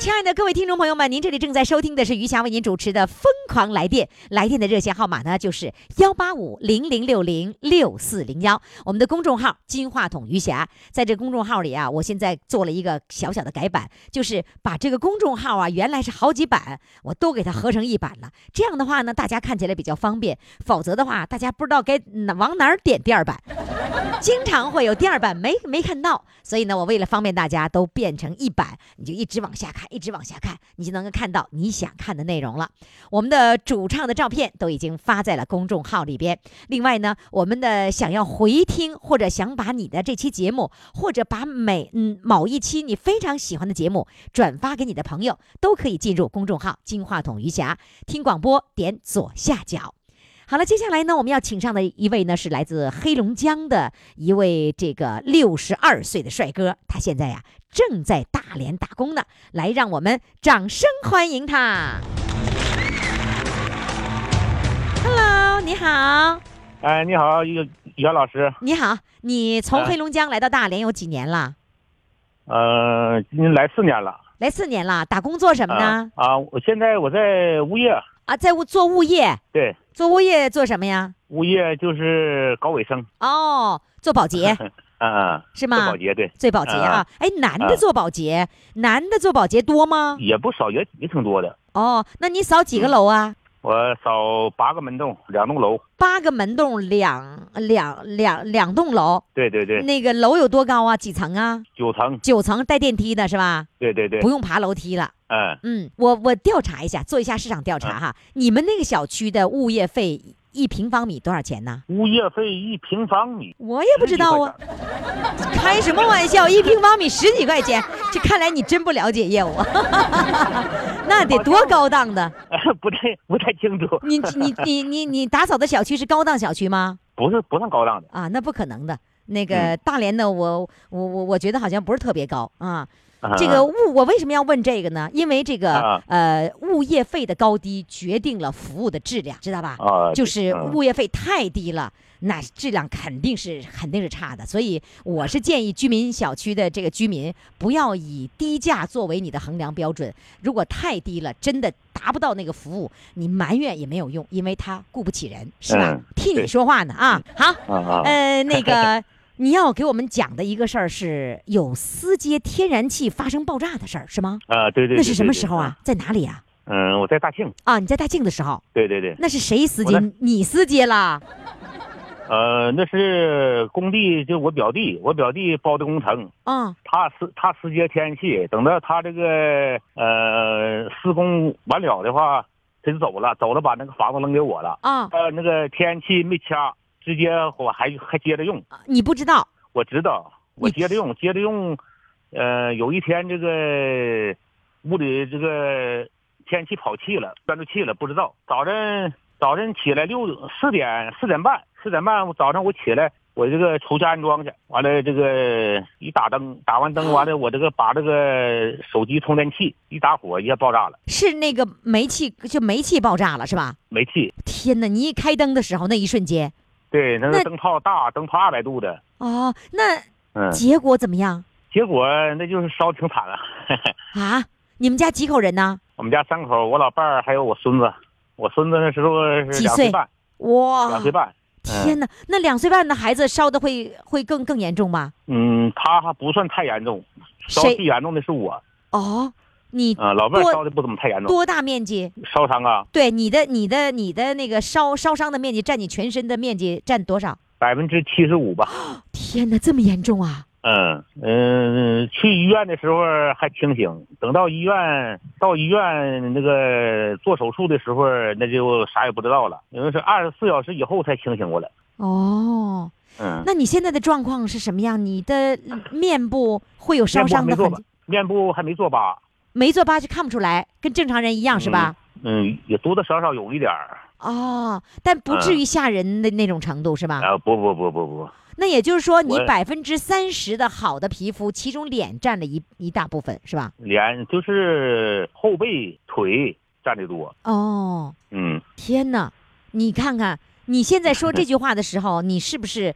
D: 亲爱的各位听众朋友们，您这里正在收听的是余霞为您主持的《疯狂来电》，来电的热线号码呢就是幺八五零零六零六四零幺，我们的公众号“金话筒余霞”。在这公众号里啊，我现在做了一个小小的改版，就是把这个公众号啊，原来是好几版，我都给它合成一版了。这样的话呢，大家看起来比较方便，否则的话，大家不知道该哪往哪儿点第二版。经常会有第二版没没看到，所以呢，我为了方便大家，都变成一版，你就一直往下看，一直往下看，你就能够看到你想看的内容了。我们的主唱的照片都已经发在了公众号里边。另外呢，我们的想要回听或者想把你的这期节目，或者把每嗯某一期你非常喜欢的节目转发给你的朋友，都可以进入公众号“金话筒余霞”听广播，点左下角。好了，接下来呢，我们要请上的一位呢是来自黑龙江的一位这个六十二岁的帅哥，他现在呀、正在大连打工呢，来让我们掌声欢迎他。Hello，你好，
J: 哎，你好，袁袁老师，
D: 你好，你从
J: 哎
D: 黑龙江来到大连有几年了？
J: 呃，今年来四年了，
D: 来四年了，打工做什么
J: 啊
D: 呢？
J: 啊，我现在我在物业，
D: 啊，在物做物业，
J: 对，
D: 做物业做什么呀？
J: 物业就是搞卫生，
D: 哦，做 保洁
J: 啊，
D: 是
J: 做
D: 吗
J: 保？洁，对，
D: 做保洁啊
J: 啊，
D: 哎，男的
J: 啊
D: 做保洁，男的做保洁多吗？
J: 也不少，也也挺多的。
D: 哦，那你扫
J: 嗯
D: 几个楼啊？
J: 我扫八个门洞，两栋楼，
D: 八个门洞，两两两两栋楼，
J: 对对对，
D: 那个楼有多高啊？几层啊？
J: 九层，
D: 九层带电梯的是吧？
J: 对对对
D: 不，用爬楼梯了。
J: 嗯，
D: 嗯，我我调查一下，做一下市场调查
J: 啊
D: 哈。你们那个小区的物业费一平方米多少钱呢？
J: 物业费一平方米
D: 我也不知道啊，开什么玩笑？一平方米十几块钱，这看来你真不了解业务， 那得多高档的！
J: 10几块钱，不 太不太清楚，
D: 你你你你你打扫的小区是高档小区吗？
J: 不是不算高档的，
D: 啊，那不可能的。那个
J: 嗯
D: 大连呢，我我我我觉得好像不是特别高啊。
J: 啊
D: 这个物我为什么要问这个呢？因为这个
J: 啊
D: 呃物业费的高低决定了服务的质量，知道吧？
J: 啊，
D: 就是
J: 嗯
D: 物业费太低了，那质量肯定是肯定是差的。所以我是建议居民小区的这个居民不要以低价作为你的衡量标准，如果太低了，真的达不到那个服务，你埋怨也没有用，因为他雇不起人，是吧
J: 嗯？
D: 替你
J: 对
D: 说话呢啊！好，
J: 啊啊，
D: 呃，那个你要给我们讲的一个事儿是有司街天然气发生爆炸的事儿，是吗？
J: 啊，对对对。
D: 那是什么
J: 对
D: 时候？啊？在哪里啊？
J: 对嗯，我在大庆。
D: 啊，你在大庆的时候，
J: 对对对。
D: 那是谁司
J: 我
D: 街
J: 在？
D: 你司街啦？
J: 呃，那是工地，就我表弟，我表弟包的工程，
D: 啊
J: 他施他施接天然气，等到他这个呃施工完了的话，他就走了，走了把那个房子扔给我了。
D: 啊，
J: 呃，那个天然气没掐，直接我还还接着用，
D: 啊你不知道
J: 我知道，我
D: 你
J: 接着用，接着用。呃，有一天这个屋里这个天然气跑气了，断住气了，不知道。早晨早晨起来六四点四点半四点半我早上我起来，我这个出家安装去，完了这个一打灯，打完灯完了我这个把这个手机充电器一打火一下爆炸了，
D: 是那个煤气，就煤气爆炸了是吧？
J: 没气。
D: 天哪！你一开灯的时候，那一瞬间
J: 对，那
D: 那
J: 个灯泡大，灯泡二百度的，
D: 哦，那
J: 嗯，
D: 结果怎么样
J: 结果那就是烧挺 惨啊。
D: 啊？你们家几口人呢？
J: 我们家三口，我老伴儿还有我孙子。我孙子那时候是
D: 几
J: 两
D: 岁啊
J: 岁半，
D: 哇
J: 两，岁半。嗯
D: 天哪！那两岁半的孩子烧的会会更更严重吧？
J: 嗯，他还不算太严重，烧
D: 谁
J: 最严重的是我。
D: 哦，你
J: 嗯、老伴
D: 多
J: 儿烧的不怎么太严重，
D: 多大面积？
J: 烧伤啊，
D: 对，你的你的你的那个烧烧伤的面积占你全身的面积占多少？
J: 百分之七十五吧。
D: 天哪，这么严重啊！
J: 嗯嗯、去医院的时候还清醒，等到医院到医院那个做手术的时候，那就啥也不知道了，因为是二十四小时以后才清醒过来。
D: 哦，
J: 嗯，
D: 那你现在的状况是什么样？你的面部会有烧
J: 面部还
D: 伤
J: 没
D: 的
J: 做
D: 痕
J: 吧
D: 迹？，
J: 面部还没做疤，
D: 没做疤就看不出来，跟正常人一啊样是吧？
J: 嗯，也多多少少有一点儿。
D: 哦，但不至于吓人的那种程度是吧？
J: 啊，不不不不不，
D: 那也就是说，你
J: 我
D: 百分之三十的好的皮肤，其中脸占了一一大部分是吧？
J: 脸就是后背、腿占的多。
D: 哦，
J: 嗯，
D: 天哪！你看看，你现 在说这句话的时候，你是不是，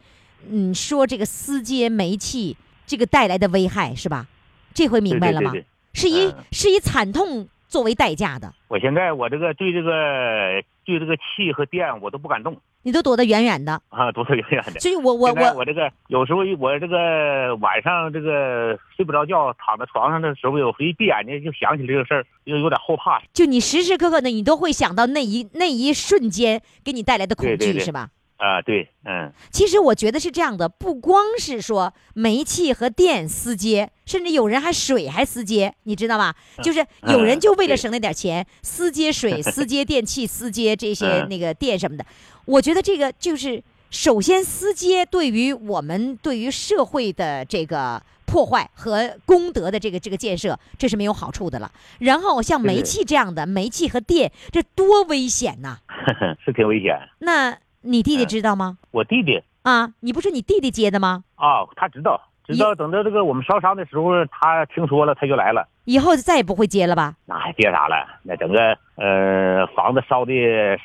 D: 嗯，说这个司街煤气这个带来的危害是吧？这回明白了吗？
J: 对对对对
D: 是以、
J: 嗯
D: 是以惨痛作为代价的，
J: 我现在我这个对这个对这个气和电我都不敢动
D: 你都躲得远远的。
J: 啊，多少远远的。
D: 所以 我我
J: 现在
D: 我
J: 我这个有时候我这个晚上这个睡不着觉，躺在床上的时候，有时候一闭眼睛就想起这个事儿，又有点后怕。
D: 就你时时刻刻的，你都会想到那一那一瞬间给你带来的恐惧
J: 对对对
D: 是吧？
J: 啊、对，嗯，
D: 其实我觉得是这样的，不光是说煤气和电私接，甚至有人还水还私接，你知道吧？
J: 嗯
D: 就是有人就为了省那点钱，私接水、私接电器、私接这些
J: 嗯
D: 那个电什么的。我觉得这个就是，首先私接对于我们对于社会的这个。破坏和功德的这个这个建设，这是没有好处的了。然后像
J: 对对
D: 煤气这样的，煤气和电，这多危险呐、
J: 是挺危险。
D: 那你弟弟
J: 嗯
D: 知道吗？
J: 我弟弟
D: 啊，你不是你弟弟接的吗？
J: 啊，他知道，知道。等到这个我们烧伤的时候，他听说了，他就来了。
D: 以后再也不会接了吧？
J: 那还别啥了，那整个呃房子烧的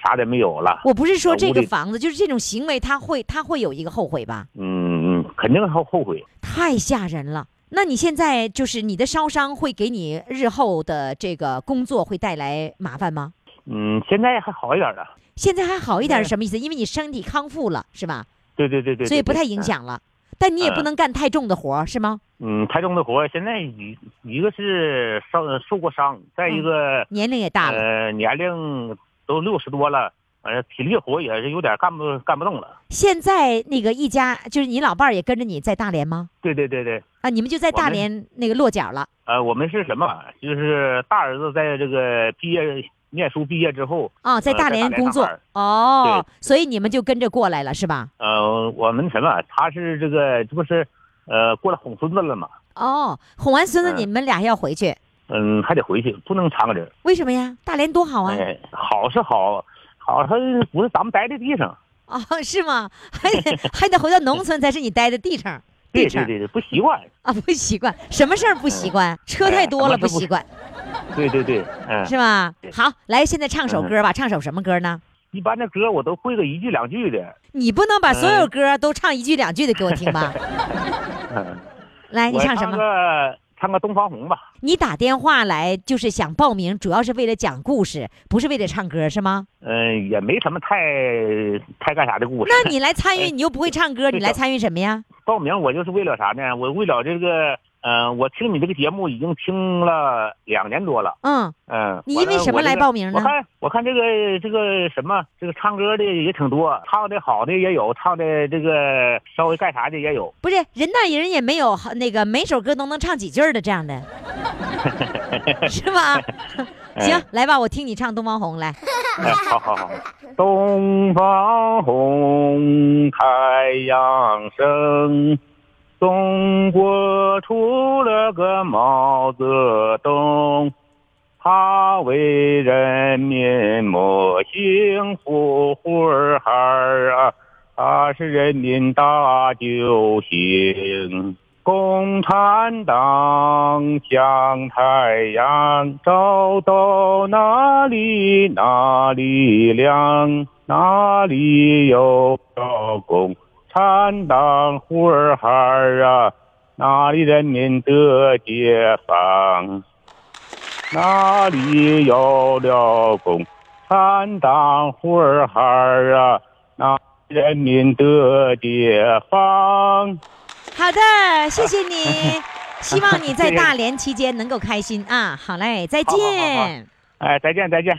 J: 啥也没有了，
D: 我不是说这
J: 那
D: 个
J: 屋里
D: 房子，就是这种行为，他会他会有一个后悔吧？
J: 嗯，肯定后后悔。
D: 太吓人了。那你现在就是你的烧伤会给你日后的这个工作会带来麻烦吗？
J: 嗯，现在还好一点了。
D: 现在还好一点
J: 对
D: 是什么意思？因为你身体康复了是吧？
J: 对对对对，
D: 所以
J: 对嗯
D: 不太
J: 对
D: 影响了。但你也不能干太重的活儿是吗？
J: 嗯，台中的活儿现在一一个是伤受过伤，再一个、
D: 年龄也嗯大了，
J: 呃年龄都六十多了，完了体力活也是有点干不干不动了。
D: 现在那个一家就是你老伴儿也跟着你在大连吗？
J: 对对对对，
D: 啊，你们就在
J: 我
D: 大
J: 们
D: 连那个落脚了。
J: 呃，我们是什么？就是大儿子在这个毕业念书毕业之后，
D: 啊，在
J: 呃
D: 大
J: 在大
D: 连
J: 连
D: 工
J: 上
D: 作
J: 班儿
D: 哦，所以你们就跟着过来了是吧？
J: 呃，我们什么？他是这个这不是呃过来哄孙子了嘛？
D: 哦，哄完孙子
J: 嗯
D: 你们俩要回去，
J: 嗯，还得回去，不能藏着。
D: 为什么呀？大连多好啊！
J: 哎，好是好，好他不是咱们待的地方。
D: 哦，是吗？还得还得回到农村才是你待的地方，
J: 对
D: 地
J: 对
D: 方
J: 对对，不习惯。
D: 啊，不习惯，什么事儿不习 惯？车太多了
J: 什么事
D: 习惯，
J: 对对对，嗯，
D: 是吧？好，来，现在唱首
J: 嗯
D: 歌吧，唱首什么歌呢？
J: 一般的歌我都会个一句两句的。
D: 你不能把所有
J: 嗯
D: 歌都唱一句两句的给我听 吧？来，哎你
J: 嗯我
D: 唱什
J: 唱
D: 么？
J: 个唱个《东方红》吧。
D: 你打电话来就是想报名，主要是为了讲故事，不是为了唱歌，是吗？
J: 嗯，也没什么太太干啥的故事。
K: 哎
D: 那你来参与，你又不会唱歌，
J: 这
D: 你来
J: 个
D: 参与什么呀？
K: 报名我就是为了啥呢？我为了这个，嗯、
J: 呃
K: 我听你这个节目已经听了两年多了，
D: 嗯，
K: 嗯。
D: 你
K: 完
D: 因为
K: 了
D: 什么
K: 我这
D: 来
K: 个
D: 报名呢
K: 我看我看这个这个什么，这个唱歌的也挺多，唱的好的也有，唱的这个稍微干啥的也有。
D: 不是人那人也没有好那个每首歌都能唱几句儿的这样的， 是吧？行，来吧，我听你唱《东方红》来。
K: 哎，好好好。 东方红，太阳升，中国出了个毛泽东，他为人民谋幸福花儿啊，他是人民大救星。共产党像太阳，照到哪里哪里亮，哪里有高共产党呼儿哈儿啊，哪里人民得解放，哪里有了共产党呼儿哈儿啊，哪里人民得解放。
D: 好的，谢谢 你，希望你在
K: 哎谢谢
D: 大连期间能够开心啊！好嘞，再
K: 好好好
D: 见。
K: 哎，再见，再见。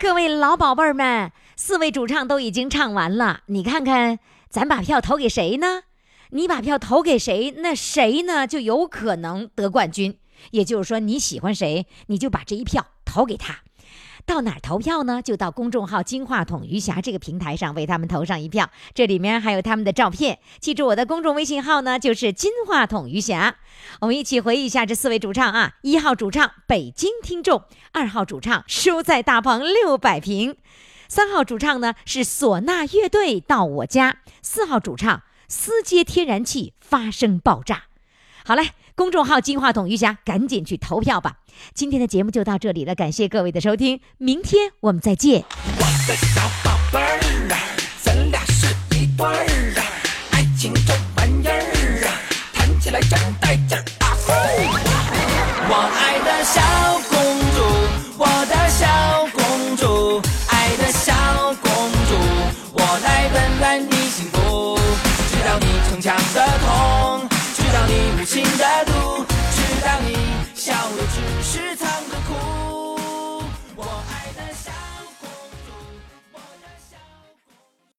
D: 各位老宝贝儿们，四位主唱都已经唱完了，你看看咱把票投给谁呢？你把票投给谁，那谁呢就有可能得冠军。也就是说，你喜欢谁，你就把这一票投给他。到哪儿投票呢？就到公众号“金话筒余霞”这个平台上为他们投上一票。这里面还有他们的照片。记住我的公众微信号呢，就是“金话筒余霞”。我们一起回忆一下这四位主唱啊：一号主唱北京听众，二号主唱蔬菜大棚六百平，三号主唱呢是唢呐乐队到我家，四号主唱私接天然气发生爆炸。好嘞，公众号“金话筒余霞”，赶紧去投票吧！今天的节目就到这里了，感谢各位的收听，明天我们再见。
A: 我爱的小公主，我的小公主，爱的小公主，我来温暖你幸福。知道你逞强的痛，知道你无情的毒，知道你笑的只是藏着哭。